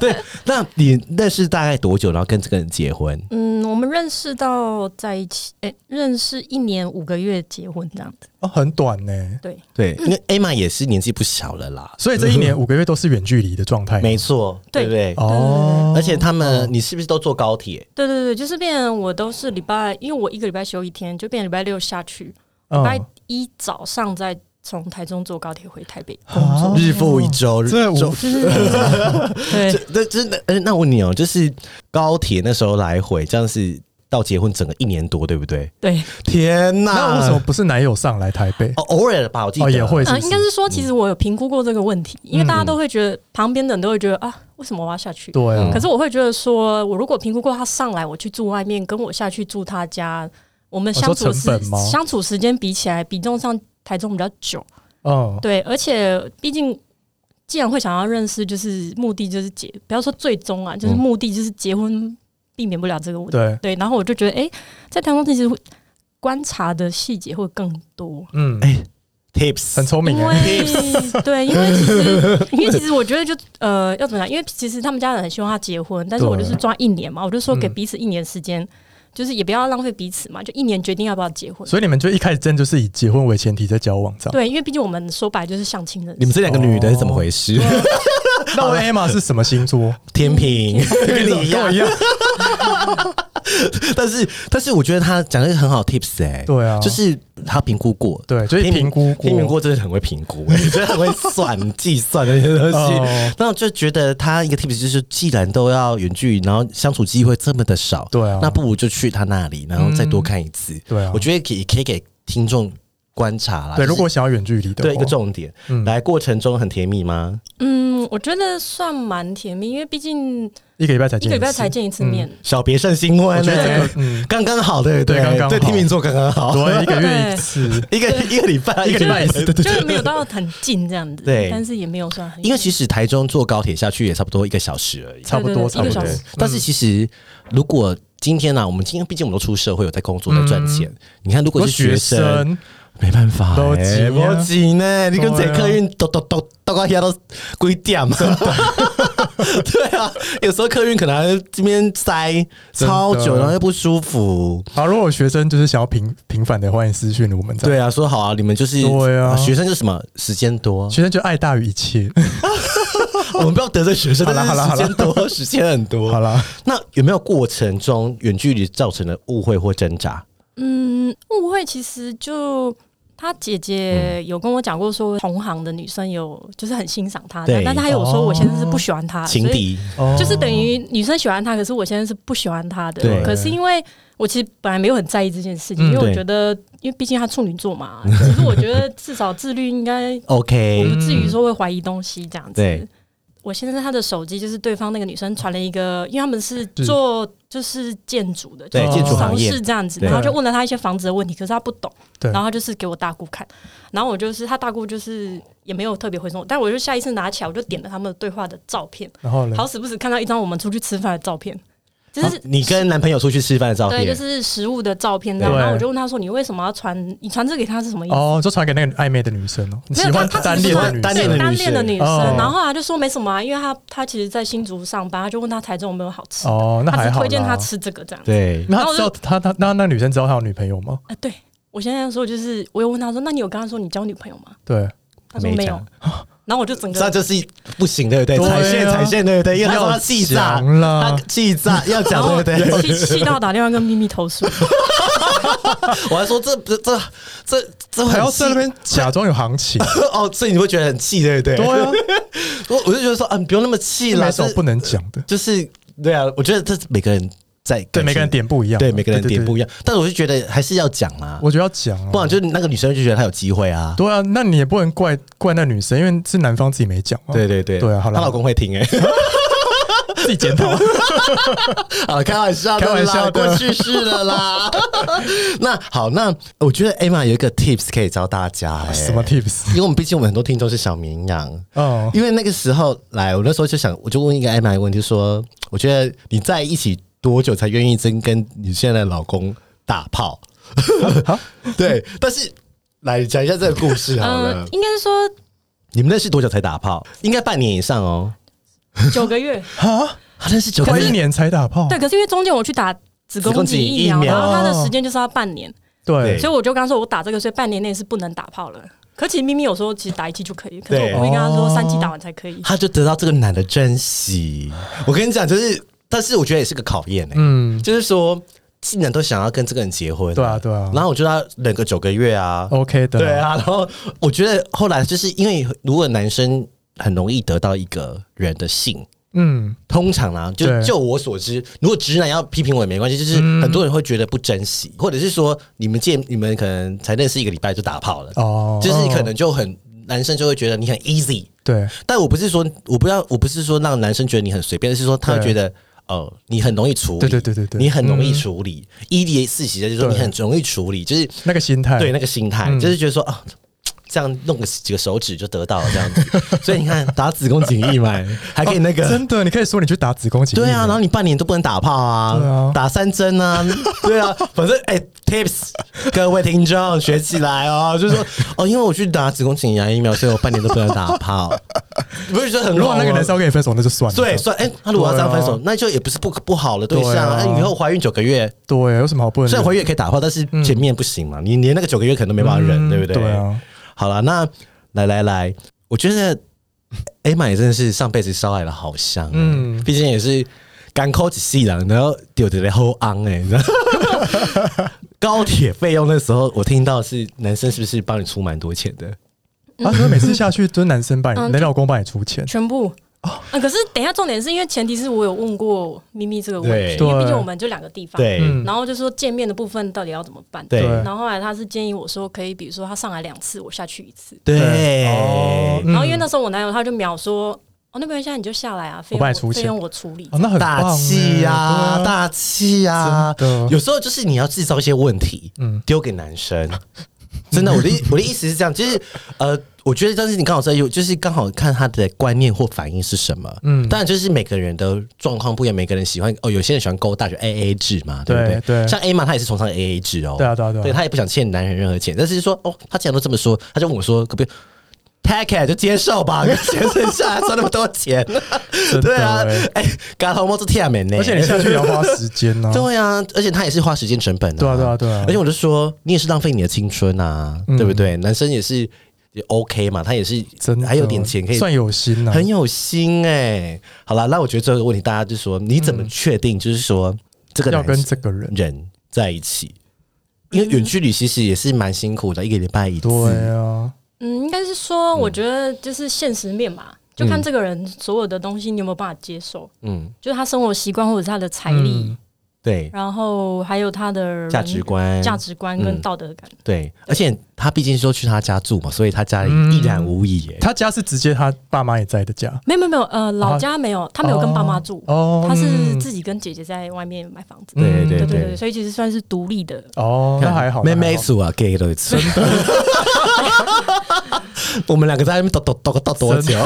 S3: 对，那你认识大概多久，然后跟这个人结婚？
S5: 嗯，我们认识到在一起，哎、认识一年五个月结婚这样子，
S2: 哦，很短呢。
S5: 对，
S3: 对，因为 Emma 也是年纪不小了啦，
S2: 所以这一年五个月都是远距离的状态。
S3: 没错，哎对
S5: 对
S3: 不对？
S2: 哦，
S3: 而且他们，你是不是都坐高铁？
S5: 对对对，就是变成我都是礼拜，因为我一个礼拜休一天，就变成礼拜六下去，礼拜
S2: 嗯，
S5: 一早上再从台中坐高铁回 台北。
S3: 哦
S2: 啊
S3: 日复一周，
S2: 这
S3: 周
S2: 我
S5: 就是对
S3: 这 那真的，呃那我问你哦，就是高铁那时候来回，这样是到结婚整个一年多，对不对？
S5: 对，
S3: 天哪
S2: 那为什么不是男友上来台北
S3: 哦？，偶尔吧，我记得、
S2: 哦，也会
S5: 嗯，
S2: 是
S5: 应该是说，其实我有评估过这个问题，因为大家
S3: 嗯
S5: 都会觉得旁边的人都会觉得啊，为什么我要下去？
S2: 对啊
S5: 可。是我会觉得说，我如果评估过他上来，我去住外面，跟我下去住他家，我们
S2: 哦
S5: 相处
S2: 说成
S5: 时
S2: 本吗
S5: 相处时间比起来，比重上台中比较久。
S2: 嗯，
S5: 对，而且毕竟既然会想要认识，就是目的就是结，不要说最终啊，就是
S3: 嗯
S5: 目的就是结婚避免不了这个问题。
S2: 对，
S5: 对，然后我就觉得，哎，在台湾其实会观察的细节会更多。
S2: 嗯，
S3: 哎 tips
S2: 很聪
S5: 因
S2: 明哎、
S5: 为对，因为其实，因为其实我觉得就呃要怎么讲？因为其实他们家人很希望他结婚，但是我就是抓一年嘛，我就说给
S2: 嗯
S5: 彼此一年时间，就是也不要浪费彼此嘛，就一年决定要不要结婚。
S2: 所以你们就一开始真的就是以结婚为前提在交往这样。
S5: 对，因为毕竟我们说白了就是相亲的，
S3: 你们这两个女的是怎么回事？
S2: 那我 Emma 是什么星座？
S3: 哦天平 跟你一
S2: 跟我
S3: 样
S2: 一，样。
S3: 但是但是我觉得他讲的很好 tips 哎，
S2: 对啊
S3: 就是他评估过，
S2: 对就是
S3: 天平
S2: 评估过哦
S3: 天平过真的很会评估，哎真的很会算 计算那些东
S2: 哦
S3: 西。那我就觉得他一个 tips 就是，既然都要远距离，然后相处机会这么的少，
S2: 对啊
S3: 那不如就去他那里，然后再多看一次。
S2: 对啊
S3: 我觉得可以可以给听众观察啦。
S2: 对，
S3: 就是
S2: 如果想要远距离的话，
S3: 对一个重点，
S2: 嗯
S3: 来过程中很甜蜜吗？
S5: 嗯，我觉得算蛮甜蜜，因为毕竟
S2: 一个礼拜才
S5: 一
S2: 见
S5: 个礼拜
S2: 一次嗯
S5: 才见一次面，
S3: 小别胜新婚，
S2: 我觉得
S3: 哎
S2: 这个嗯，
S3: 刚刚好，对不
S2: 对刚刚
S3: 对
S2: 好
S3: 天秤座刚刚好，
S2: 对，一个月一次，
S3: 一个一个礼拜，一个礼拜一次，对
S5: 就是没有到很近这样子，
S3: 对
S5: 但是也没有算很远，
S3: 因为其实台中坐高铁下去也差不多一个小时而已，
S2: 差不多，差
S5: 对
S2: 不
S5: 对对一个
S2: 多
S5: 小
S3: 对
S5: 时。
S3: 但是其实如果今天呢、我们今天毕竟我们都出社会，有在工作，在赚钱。你看，如
S2: 我
S3: 果是学生，
S2: 生，
S3: 没办法、
S2: 都急
S3: 欸，
S2: 啊
S3: 没钱呢，你跟
S2: 对
S3: 这
S2: 啊
S3: 客运都都都到高铁都几点嘛？对啊，有时候客运可能还这边塞
S2: 真的
S3: 超久，然后又不舒服。
S2: 好，如果学生就是想要平平反的，欢迎私讯我们。，
S3: 对啊，说好啊，你们就是
S2: 对啊
S3: 学生就是什么时间多，
S2: 学生就爱大于一切。
S3: 我们不要得罪学生，
S2: 好啦
S3: 但是
S2: 好啦好
S3: 时
S2: 啦
S3: 间多，时间很多。
S2: 好啦，
S3: 那有没有过程中远距离造成的误会或挣扎？
S5: 嗯，误会其实就他姐姐
S3: 嗯
S5: 有跟我讲过，说同行的女生有就是很欣赏他，
S3: 对
S5: 但但他有说我先生是不喜欢他，
S3: 情
S5: 所以
S3: 敌
S2: 哦
S5: 就是等于女生喜欢他，可是我先生是不喜欢他
S3: 对
S5: 的。可是因为我其实本来没有很在意这件事情，
S2: 嗯
S5: 因为我
S3: 对
S5: 觉得，因为毕竟他处女 座嘛，其实我觉得至少自律应该我
S3: OK，
S5: 不至于说会怀疑东西这样
S3: 嗯
S5: 子。
S3: 对
S5: 我先生他的手机就是对方那个女生传了一个，因为他们是
S2: 是
S5: 做就是建筑的，
S3: 对
S5: 就是
S2: 建筑
S3: 行业
S5: 商事这样子，
S3: 对
S5: 然后就问了他一些房子的问题，可是他不懂，
S2: 对
S5: 然后他就是给我大姑看，然后我就是他大姑就是也没有特别回送我，但我就下一次拿起来我就点了他们的对话的照片，
S2: 然后呢
S5: 好？死不死看到一张我们出去吃饭的照片，就
S3: 啊
S5: 是
S3: 你跟男朋友出去吃饭的照
S5: 对，
S3: 片，
S5: 就是食物的照片这样，
S2: 对
S5: 然后我就问他说你为什么要传，你传这给他是什么意思？
S2: 哦，就传给那个暧昧的女生哦，你
S5: 没
S2: 喜
S5: 有
S2: 欢
S5: 他他
S2: 单
S5: 只是
S2: 恋
S5: 说
S2: 的女
S3: 单恋
S5: 对
S3: 的
S2: 生。
S5: 单恋的女
S2: 哦
S5: 生，然后啊就说没什么啊，因为她她其实在新竹上班，她就问她台中有没有好吃，
S2: 哦，那
S5: 她
S2: 还
S5: 只
S2: 好。
S5: 推荐她。吃这个这样。
S3: 对
S2: 那他知道他他那那女生知道他有女朋友吗？
S5: 啊，对我现在说就是，我有问她说，那你有跟她说你交女朋友吗？
S2: 对，
S5: 她说
S3: 没
S5: 没有
S3: 讲，
S5: 然后我就整
S3: 这
S5: 个
S3: 就是不行，对不对？
S2: 对啊
S3: 踩线踩线，对不对？因为他说他气炸
S2: 讲，啊啦
S3: 他气炸要
S5: 然
S3: 讲，
S5: 后
S3: 对不对？
S5: 气气到打电话跟秘密投诉，
S3: 我还说这这这这这
S2: 还要
S3: 很气
S2: 在那边假装有行情。
S3: 哦，所以你会觉得很气，对不 对？
S2: 对 啊，
S3: 我我就觉得说，嗯，你不用那么气啦，
S2: 没什么
S3: 这
S2: 不能讲的。
S3: 就是对啊，我觉得这是每个人在
S2: 对，每个人点不一样。啊
S3: 对每个人点不
S2: 一样。
S3: 一样，但是我就觉得还是要讲啦，
S2: 我觉得要讲啊，
S3: 不然就那个女生就觉得她有机会啊。
S2: 对啊，那你也不能怪怪那女生，因为是男方自己没讲嘛。
S3: 对对对，
S2: 对啊好啦
S3: 她老公会听哎、
S2: 自己检讨。
S3: 好啊了，开玩笑的
S2: 开
S3: 啦，
S2: 玩笑的
S3: 过去式 了啦。那好，那我觉得 Emma 有一个 tips 可以教大家、哎，
S2: 什么 tips？
S3: 因为我们毕竟我们很多听众是小绵羊，
S2: 哦，
S3: 因为那个时候来，我那时候就想，我就问一个 Emma 一个问题，就说我觉得你在一起多久才愿意真跟你现在的老公打 炮？ 对，但是来讲一下这个故事 好了。
S5: 嗯，应该是说
S3: 你们认识多久才打炮？应该半年以上哦。
S5: 九个月，
S2: 啊，
S3: 啊，认识九
S2: 快
S3: 个
S2: 一
S3: 月，
S2: 年才打炮。
S5: 对，可是因为中间我去打子
S3: 子宫
S5: 宫
S3: 颈
S5: 颈
S3: 疫
S5: 疫苗，
S3: 苗
S5: 然后他的时间就是要半年，
S2: 对
S5: 所以我就跟他说，我打这个，所以半年内是不能打炮了。可其实咪咪有时候其实打一季就可以，可是我不会跟他说三季打完才可以。
S3: 他就得到这个男的珍惜。我跟你讲，就是，但是我觉得也是个考验哎、
S2: 嗯，
S3: 就是说，既然都想要跟这个人结婚，
S2: 对啊哦对啊
S3: 然后我就要忍个九个月啊，
S2: ，OK 的。
S3: 对，啊，然后我觉得后来就是因为如果男生很容易得到一个人的性。
S2: 嗯，
S3: 通常啊，就
S2: 对嗯
S3: 就我所知，如果直男要批评我也没关系，就是很多人会觉得不珍惜，或者是说你们见你们可能才认识一个礼拜就打炮了，
S2: 哦，
S3: 就是可能就很男生就会觉得你很 easy，
S2: 对，
S3: 但我不是说我不要，我不是说让男生觉得你很随便，是说他会觉得哦、呃你很容易处理，
S2: 对对对对对
S3: 你很容易处理。EDA 四级的就是说
S2: 对
S3: 你很容易处理，就是
S2: 嗯那个心态。
S3: 对那个心态，
S2: 嗯
S3: 就是觉得说啊。这样弄个几个手指就得到了这样子。所以你看，打子宫颈液嘛， 还可以那个、
S2: 哦真的，你可以说你去打子宫颈。
S3: 对啊，然后你半年都不能打炮啊，
S2: 对啊
S3: 打三针 啊，对啊，反正哎、t i p s 各位听众学起 来哦，就是说哦，因为我去打子宫颈炎疫苗，所以我半年都不能打炮， 不是觉得很
S2: 如果
S3: 好
S2: 那个
S3: 吗
S2: 男生要跟你分手，那就算了。
S3: 对，算哎，他如果要这样分手，那就也不是不不好的对象啊。
S2: 啊对啊
S3: 那以后怀孕九个月，
S2: 对，有什么好不能忍？
S3: 虽然怀孕也可以打炮，但是前面不行嘛，你连那个九个月可能都没办法忍，
S2: 嗯
S3: 对不对？
S2: 对啊，
S3: 好了，那来来来，我觉得 A 玛也真的是上辈子烧来的好香，嗯
S2: 嗯，
S3: 毕竟也是干抠几细人，然后丢着来后昂哎，你知道 高铁费用那时候我听到是男生是不是帮你出蛮多钱的？
S2: 啊，所以每次下去都是男生帮你，
S5: 嗯
S2: 你老公帮你出钱。
S5: 全部。啊，可是等一下，重点是因为前提是我有问过咪咪这个问题，
S3: 对
S5: 因为毕竟我们就两个地方，
S3: 对
S2: 嗯
S5: 然后就说见面的部分到底要怎么办？
S3: 对
S2: 对
S5: 然后后来他是建议我说，可以比如说他上来两次，我下去一次。
S3: 对，
S2: 哦嗯
S5: 然后因为那时候我男友他就秒说，哦，那没关系啊，你就下来啊，费
S2: 我帮你
S5: 用
S2: 出
S5: 我
S2: 钱
S5: 费用我处理。
S2: 哦，那很
S3: 大
S2: 棒
S3: 气呀、
S2: 欸对
S3: 大气呀、
S2: 真的
S3: 啊有时候就是你要制造一些问题，嗯
S2: 嗯，
S3: 丢给男生。 真的，我的意我的意思是这样，就是呃，我觉得但是你刚好在有，就是刚好看他的观念或反应是什么。嗯，
S2: 嗯
S3: 当然就是每个人的状况不一样，每个人喜欢哦，有些人喜欢勾大就 A A 制嘛，对不对？
S2: 对对
S3: 像 A 嘛，他也是崇尚 A A 制哦。
S2: 对啊对啊对啊
S3: 对他也不想欠男人任何钱，但是就说哦，他既然都这么说，他就问我说，哦可不可以 take it 就接受吧，跟钱剩下来赚那么多钱。
S2: 真的
S3: 对啊
S2: 欸，
S3: 哎、嘎头猫是天美呢，
S2: 而且你下去也要花时间呢。
S3: 对啊，而且他也是花时间成本啊，
S2: 哦对啊对啊对啊嗯
S3: 而且我就说，你也是浪费你的青春啊，对不对？男生也是也 OK 嘛，他也是
S2: 真的
S3: 还有点啊钱可以。
S2: 算有心呐，
S3: 很有心哎、好啦，那我觉得这个问题，大家就说你怎么确定，就是说这个
S2: 要
S3: 男
S2: 跟
S3: 生
S2: 这个人。
S3: 人在一起？因为远距离其实也是蛮辛苦的，一个礼拜一次。
S2: 对啊，
S5: 嗯，应该是说，我觉得就是现实面吧，就看这个人所有的东西你有没有办法接受，
S3: 嗯，
S5: 就是他生活习惯或者是他的财力，
S2: 嗯
S3: 对，
S5: 然后还有他的人
S3: 价值、观，
S5: 价值观
S3: 嗯
S5: 跟道德感。
S3: 对，而且他毕竟说去他家住嘛，所以他家里
S2: 嗯
S3: 一览无遗耶、
S2: 他家是直接他爸妈也在的家，
S5: 没有没有没有，呃，老家没有，他没有跟爸妈住，
S2: 哦，
S5: 他是
S2: 嗯
S5: 自己跟姐姐在外面买房子。
S2: 嗯
S3: 对对
S5: 对对
S3: 对
S5: 对，，所以其实算是独立的。
S2: 哦，那还好，
S3: 妹妹
S2: 那还好
S3: 组啊，gay 都真的。我们两个在那边抖抖抖抖多久？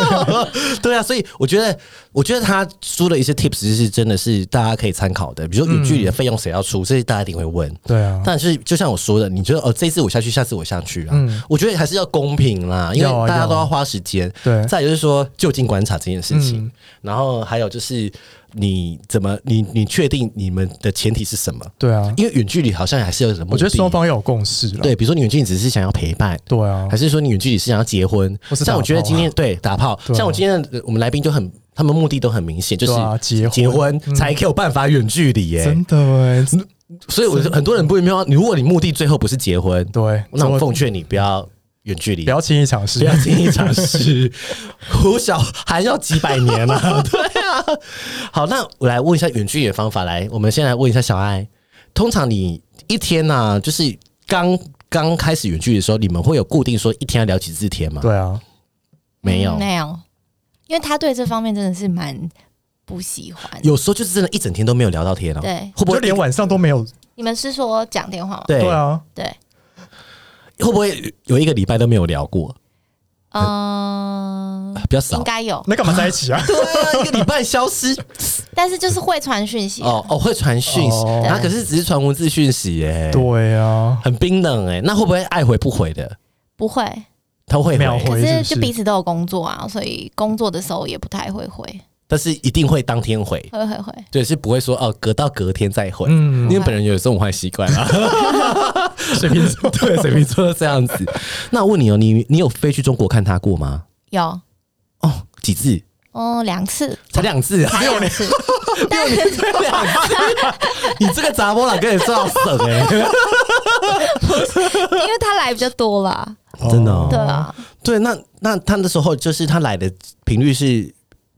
S3: 对啊，所以我觉得，我觉得他说的一些 tips 就是真的是大家可以参考的，比如说远距离的费用谁要出，这些大家一定会问。
S2: 对啊，
S3: 但是就像我说的，你觉得哦，这次我下去，下次我下去啊，
S2: 嗯
S3: 我觉得还是要公平啦，因为
S2: 要啊
S3: 大家都
S2: 要啊
S3: 要花时间。
S2: 对
S3: 再来就是说就近观察这件事情，
S2: 嗯
S3: 然后还有就是你怎么你你确定你们的前提是什么？
S2: 对啊，
S3: 因为远距离好像还是有什么目的，
S2: 我觉得双方要有共识了，
S3: 对，比如说你远距离只是想要陪伴，
S2: 对啊
S3: 还，是说你远距离是想要结婚？
S2: 或是打
S3: 像我觉得
S2: 炮啊
S3: 今天对打炮，
S2: 对啊
S3: 像我今天的我们来宾就很，他们目的都很明显，就是
S2: 对啊结婚
S3: 结婚才可以有办法远距离耶、
S2: 真的哎，
S3: 嗯所以我就很多人不明白，如果你目的最后不是结婚，
S2: 对，
S3: 那我
S2: 我
S3: 奉劝你不要远距离
S2: 不。要轻易尝试，
S3: 不要轻易 尝试，胡小涵要几百年了、对啊，好，那我来问一下远距离的方法。来，我们先来问一下小爱。通常你一天呢、啊，就是刚刚开始远距离的时候，你们会有固定说一天要聊几次天吗？，
S2: 对啊，
S3: 没有
S4: 嗯。没有，因为他对这方面真的是蛮不喜欢。
S3: 有时候就是真的，一整天都没有聊到天了、啊
S4: 对
S3: 会不
S2: 就
S3: 会
S2: 连晚上都没有，
S4: 你们是说讲电话吗？
S3: 对
S2: 对啊，
S4: 对，
S3: 会不会有一个礼拜都没有聊过？
S4: 嗯、
S3: 比较少
S4: 应，该有，
S2: 那干嘛在一起啊？
S3: 对啊，一个礼拜消失
S4: 但是就是会传讯 息。啊
S3: 哦哦，会传讯息，啊
S2: 哦
S3: 然后可是只是传文字讯息、耶，
S2: 对啊，
S3: 很冰冷哎、那会不会爱回不回的？
S4: 不会，
S3: 他会
S2: 秒
S3: 回
S2: 回
S4: 可
S2: 是
S4: 是
S2: 不是
S4: 就彼此都有工作啊，所以工作的时候也不太会回，
S3: 但是一定会当天回，
S4: 会会会。
S3: 对，是不会说哦，隔到隔天再回。
S2: 嗯
S3: 因为本人有这种坏习惯啊，
S2: 水瓶座，
S3: 对，水瓶座都这样子。那我问你哦，你你有飞去中国看他过吗？
S4: 有，
S3: 哦，几次？
S4: 嗯，两 次，
S3: 才两次啊！
S4: 两次，但是
S3: 才两次啊！ 你这个杂波佬跟你最好省 哎、
S4: 因为他来比较多啦，
S3: 真的哦
S4: 对啊，
S3: 对，那那他那时候就是他来的频率是，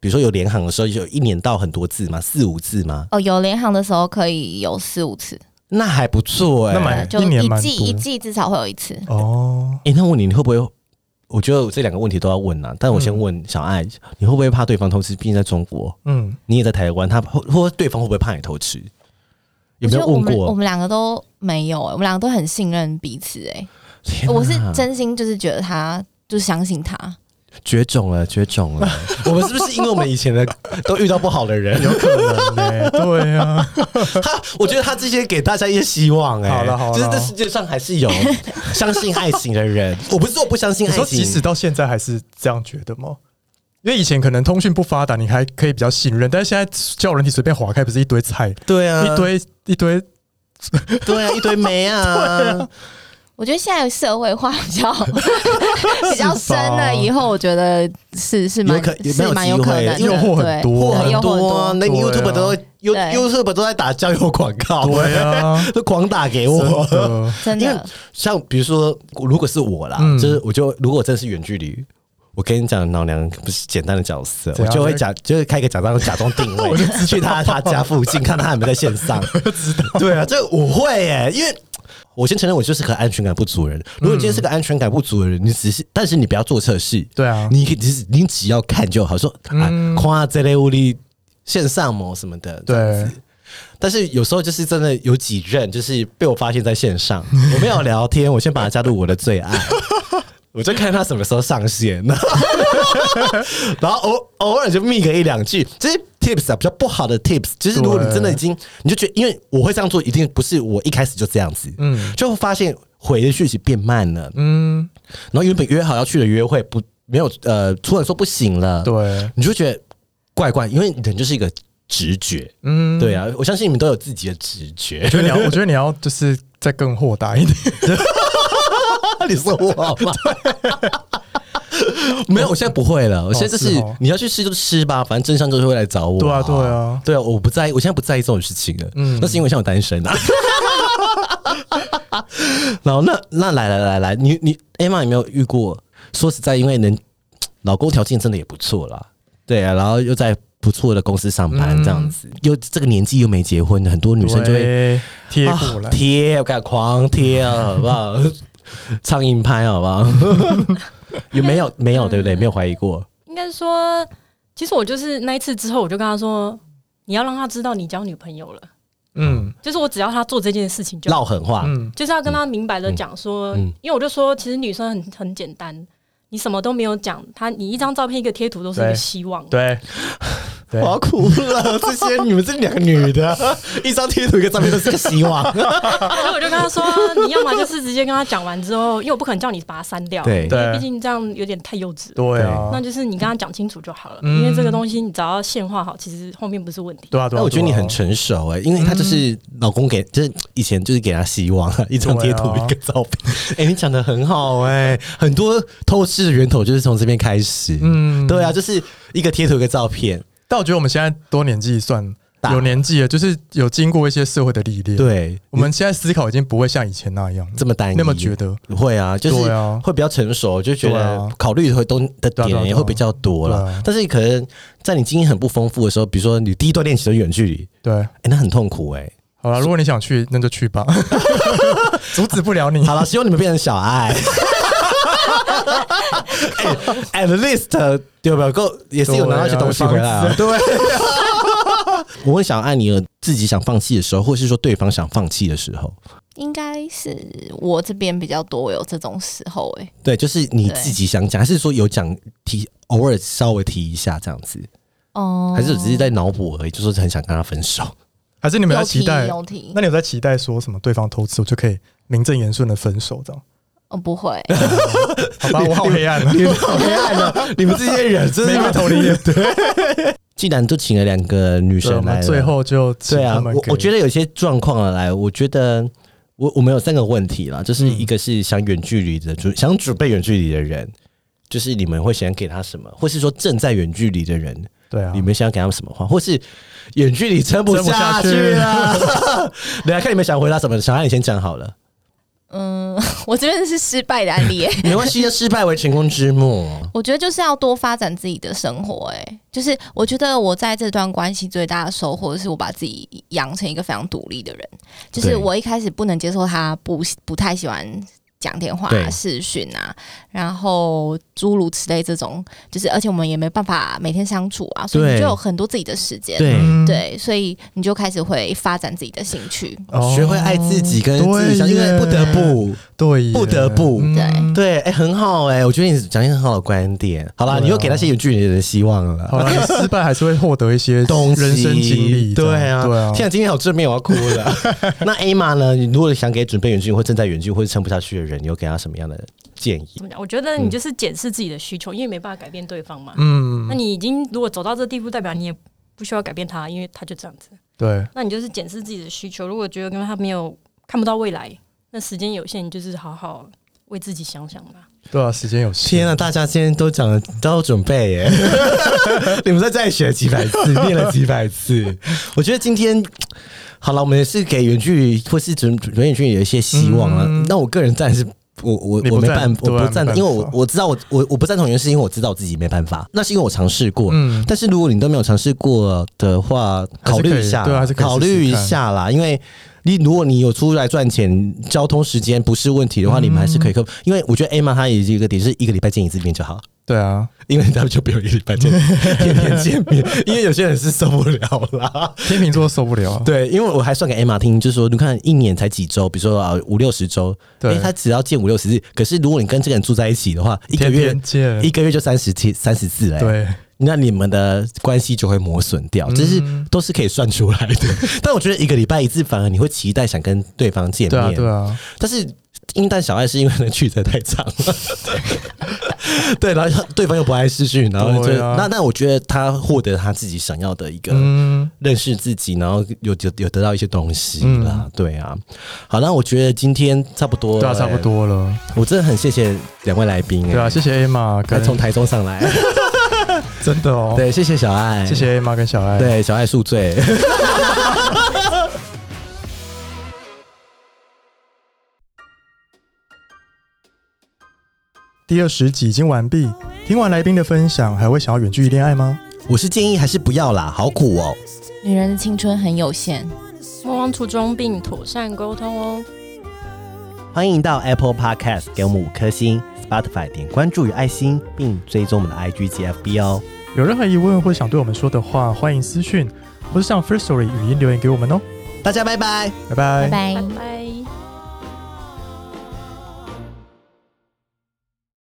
S3: 比如说有联航的时候，有一年到很多次嘛，四五次嘛，
S4: 哦，有联航的时候可以有四五次，
S3: 那还不错哎、
S2: 那
S3: 欸。
S2: 蛮
S4: 对，就
S2: 一年
S4: 一
S2: 蛮
S4: 季
S2: 多
S4: 一季至少会有一次，
S2: 哦，
S3: 哎、那我问你，你会不会？我觉得我这两个问题都要问啊，但我先问小爱，你会不会怕对方偷吃？毕竟在中国，
S2: 嗯，
S3: 你也在台湾，他或或对方会不会怕你偷吃？有
S4: 我
S3: 没
S4: 觉
S3: 有
S4: 得我
S3: 问
S4: 们我
S3: 过？
S4: 们两个都没有、欸，我们两个都很信任彼此、欸，
S3: 天哪
S4: 我是真心就是觉得他就相信他，
S3: 绝种了，绝种了。我们是不是因为我们以前的都遇到不好的人？
S2: 有可能嘞、对啊，
S3: 他，我觉得他这些给大家一些希望、哎，
S2: 好了好了
S3: 就是这世界上还是有相信爱情的人。我不是说我不相信
S2: 你
S3: 爱
S2: 说
S3: 情，
S2: 即使到现在还是这样觉得吗？因为以前可能通讯不发达，你还可以比较信任，但是现在叫人体随便划开，不是一堆菜，
S3: 对啊，
S2: 一堆一 堆，
S3: 对啊，一堆没啊，
S4: 我觉得现在社会化比 较比较深了，以后我觉得是是蛮
S3: 有可
S4: 是蛮
S3: 有
S4: 有
S3: 没有机
S4: 可
S2: 诱
S3: 会
S4: 能的，
S2: 惑很
S4: 对
S2: 多
S3: 货
S2: 啊，
S4: 对
S3: 很
S4: 诱惑
S3: 多
S4: 多
S3: 啊，那
S2: 对啊
S3: YouTube 都 You
S4: 对
S3: YouTube 都在打交友广告，
S2: 对啊，
S3: 都狂打给
S2: 真
S3: 我。
S2: 的
S4: 真
S3: 因为
S4: 的
S3: 像比如说，如果是我啦，
S2: 嗯
S3: 就是我就如果真的是远距离，我跟你讲，老娘不是简单的角色，
S2: 怎
S3: 我
S2: 样
S3: 就会假，就是开个假装假装定 位，我就去他他家附近看他有没有在线上。对啊，这我会耶、因为。我先承认，我就是个安全感不足的人。如果你今天是个安全感不足的人，你只是，但是你不要做测试，
S2: 对啊，嗯
S3: 你你只你只要看就好，说啊，夸这类物力线上模什么的，这样
S2: 对
S3: 子。但是有时候就是真的有几任，就是被我发现在 线上，我没有聊天，我先把他加入我的最爱，我就看他什么时候上线， 然后然后偶偶尔就密个一两句，这些 tips 啊比较不好的 tips，就是如果你真的已经，你就觉得，因为我会这样做，一定不是我一开始就这样子，
S2: 嗯
S3: 嗯，就会发现回的讯息变慢了，
S2: 嗯，
S3: 然后原本约好要去的约会不没有呃，突然说不行了，，
S2: 对，
S3: 你就觉得怪怪，因为人就是一个直觉，
S2: 嗯，
S3: 对啊，我相信你们都有自己的直觉
S2: 我。觉得你 要，我觉得你要就是再更豁达一点，
S3: 你说我好 吗？没有，我现在不会了。我现在就是、
S2: 是哦
S3: 你要去吃就吃吧，反正真相就是会来找我。
S2: 对啊对啊
S3: 对啊，我不在意，我现在不在意这种事情了。
S2: 嗯
S3: 嗯，那是因为像我单身 啊。然后那那来来来来，你你 Emma 有没有遇过？说实在，因为能老公条件真的也不错啦，对啊，然后又在不错的公司上
S2: 嗯
S3: 班，这样子，又这个年纪又没结婚，很多女生就会
S2: 对贴
S3: 啊
S2: 过来，
S3: 贴，我敢狂贴啊，好不好？ 唱硬拍好不好？ 有没有没有对不对？没有怀疑过，
S5: 应该说，其实我就是那一次之后，我就跟他说，你要让他知道你交女朋友了，
S2: 嗯
S5: 就是我只要他做这件事情就好，
S3: 唠狠话，
S2: 嗯，
S5: 就是要跟他明白的讲说，
S3: 嗯嗯
S5: 因为我就说，其实女生很很简单。你什么都没有讲，他你一张照片一个贴图都是一
S2: 对
S5: 个希望，
S2: 对，对
S3: 我要哭了。这些你们这两个女的， 一张贴图一个照片都是个 希望，
S2: 啊
S5: 所以我就跟他说，你要么就是直接跟他讲完之后，因为我不可能叫你把它删掉，
S3: 对
S5: 因为
S2: 对
S5: 毕竟这样有点太幼稚了。
S2: 对啊，
S5: 那就是你跟他讲清楚就好了，
S2: 嗯
S5: 因为这个东西你只要现化好，其实后面不是问题。
S2: 对啊对啊，
S3: 那我觉得
S2: 对
S3: 你
S2: 啊
S3: 很成熟哎、因为他
S2: 嗯
S3: 就是老公给，就是以前就是给他希望，一张贴图
S2: 对啊
S3: 一个照片。哎、你讲的很好哎、很多透视的源头就是从这边开始。
S2: 嗯
S3: 嗯，对啊，就是一个贴图一个照片。
S2: 但我觉得我们现在多年纪算
S3: 大
S2: 有年纪了，就是有经过一些社会的历练。，
S3: 对，
S2: 我们现在思考已经不会像以前那样了
S3: 这么单一，
S2: 那么觉得。
S3: 会啊，就是
S2: 对啊
S3: 会比较成熟，就觉
S2: 对
S3: 得
S2: 啊
S3: 考虑会都的
S2: 对啊对啊
S3: 点也会比较多
S2: 对啊
S3: 了。但是可能在你经验很不丰富的时候，比如说你第一段恋情的远距离，
S2: 对，
S3: 哎，那很痛苦 哎。
S2: 好了，如果你想去，那就去 吧，阻止不了你。
S3: 好了，希望你们变成小爱。 哎 at least 有没有够也是有拿到一些东西回来啊？对。我问小爱，你有自己想放弃的时候，或是说对方想放弃的时候，
S4: 应该是我这边比较多有这种时候哎、
S3: 对，就是你
S4: 对
S3: 自己想讲，还是说有讲提，偶尔稍微提一下这样子？
S4: 哦、
S3: 还是只是在脑补而已，就说很想跟他分 手。
S2: 还是你们在
S4: 有
S2: 期
S4: 提
S2: 待？
S4: 嗯有提
S2: 那，你有在期待说什么？对方偷吃，我就可以名正言顺的分手 这样？
S4: 哦不会，
S2: 好吧，我好黑暗啊！
S3: 你们好黑暗啊！你们这些 人真
S2: 没
S3: 是
S2: 回头理。
S3: 既然都请了两个女
S2: 对，我
S3: 生来
S2: 们
S3: 了，
S2: 最后就请
S3: 对啊
S2: 他，们
S3: 我
S2: 给
S3: 我觉得有些状况啊来，我觉得我我们有三个问题啦，就是
S2: 嗯
S3: 一个是想远距离的，就想准备远距离的人，就是你们会想给他什么，或是说正在远距离的人，
S2: 对啊
S3: 你，们想给他们什么话，或是远距离撑不
S2: 撑不下
S3: 下
S2: 去啊
S3: 去 了？来看你们想回答什么，小爱你先讲 好了，
S4: 嗯，我这边是失败的案例、欸，
S3: 没关系，啊失败为成功之母。
S4: 我觉得就是要多发展自己的生活哎、就是我觉得我在这段关系最大的收获是我把自己养成一个非常独立的人，就是
S3: 对
S4: 我一开始不能接受他不不太喜欢。讲电话、
S3: 对
S4: 啊、视讯啊，然后诸如此类这种，就是而且我们也没办法每天相处啊，所以
S3: 对
S4: 你就有很多自己的时间。
S3: 对
S2: 嗯，
S4: 对，所以你就开始会发展自己的兴趣。
S2: 哦
S3: 学会爱自己跟自己相，因
S2: 对耶
S3: 为不得不，
S2: 对耶，嗯
S3: 不得不
S4: 对
S3: 对，哎、很好哎、我觉得你讲一个很好的观点。好啦，
S2: 对啊
S3: 你又给那些有距离的人希望了
S2: 好
S3: 啦。
S2: 了，失败还是会获得一些
S3: 东西
S2: 人生经历，这
S3: 对
S2: 样
S3: 啊，
S2: 对啊，
S3: 天啊，今天好正面，我要哭 了。那 A 玛呢？你如果想给准备远距离或正在远距离或者撑不下去的人，你有给他什么样的建议？
S5: 怎么讲？我觉得你就是检视自己的需求，因为没办法改变对方嘛。
S2: 嗯
S5: 那，你已经如果走到这地步，代表你也不需要改变他，因为他就这样子。
S2: 对，
S5: 那你就是检视自己的需求，如果觉得跟他没有看不到未来，那时间有限，你就是好好为自己想想吧。
S2: 对啊，时间有限，
S3: 天啊，大家今天都讲了，都有准 备耶！你们在这里学了几百次，念了几百次。我觉得今天好了，我们也是给远距离或是准准远距离有一些希望了。
S2: 嗯
S3: 那我个人当然是。我我
S2: 你不
S3: 我没
S2: 赞
S3: 办，我
S2: 对啊
S3: 不赞
S2: 没办法
S3: 同，因为我我知道我我我不赞同，原因是因为我知道我自己没办法，那是因为我尝试过。
S2: 嗯，
S3: 但是如果你都没有尝试过的话，
S2: 还
S3: 考
S2: 是可以
S3: 虑一下，
S2: 对还是可以试试
S3: 考虑一下啦。因为你如果你有出来赚钱，交通时间不是问题的话，
S2: 嗯
S3: 你们还是可以克服。因为我觉得 Emma 她也是一个点，就是一个礼拜见一次面就好，
S2: 对啊，
S3: 因为他们就不用一个礼拜见天天见面，因为有些人是受不了啦。
S2: 天秤座受不了，啊
S3: 对，因为我还算给 Emma 听，就是说你看一年才几周，比如说啊五六十周，
S2: 对
S3: 诶他只要见五六十日。可是如果你跟这个人住在一起的话，一个
S2: 天
S3: 月
S2: 天见
S3: 一，个月就三十七三十四嘞。
S2: 对，
S3: 那你们的关系就会磨损掉，这是
S2: 嗯
S3: 都是可以算出来的。 但我觉得一个礼拜一次，反而你会期待想跟对方见
S2: 对啊，
S3: 面。
S2: 对啊，
S3: 但是英蛋小爱是因为那距离太 长了，对，然后对方又不爱视讯，然后就、
S2: 对啊
S3: 那那我觉得他获得他自己想要的一个
S2: 嗯，
S3: 认识自己，然后有有有得到一些东西啦，对啊。好，那我觉得今天差不多了，
S2: 嗯对啊，差不多了，
S3: 我真的很谢谢两位来宾、
S2: 对啊，
S3: 哎
S2: 谢谢 A 玛
S3: 还
S2: 跟
S3: 从台中上来，
S2: 真的哦，
S3: 对，谢谢小爱，
S2: 谢。谢 A 玛跟小爱，
S3: 对，小爱宿醉。
S2: 第二十集已经完毕。听完来宾的分享，还会想要远距离恋爱吗？
S3: 我是建议还是不要啦，好苦哦。
S4: 女人的青春很有限。
S5: 莫忘初衷并妥善沟通哦。
S3: 欢迎到 Apple Podcast 给我们五颗星，Spotify 点关注与爱心，并追踪我们的 IG 及 FB 哦。
S2: 有任何疑问或想对我们说的话，欢迎私讯或是上 First Story 语音留言给我们哦。
S3: 大家拜拜。
S2: 拜拜
S4: 拜。拜
S5: 拜。拜。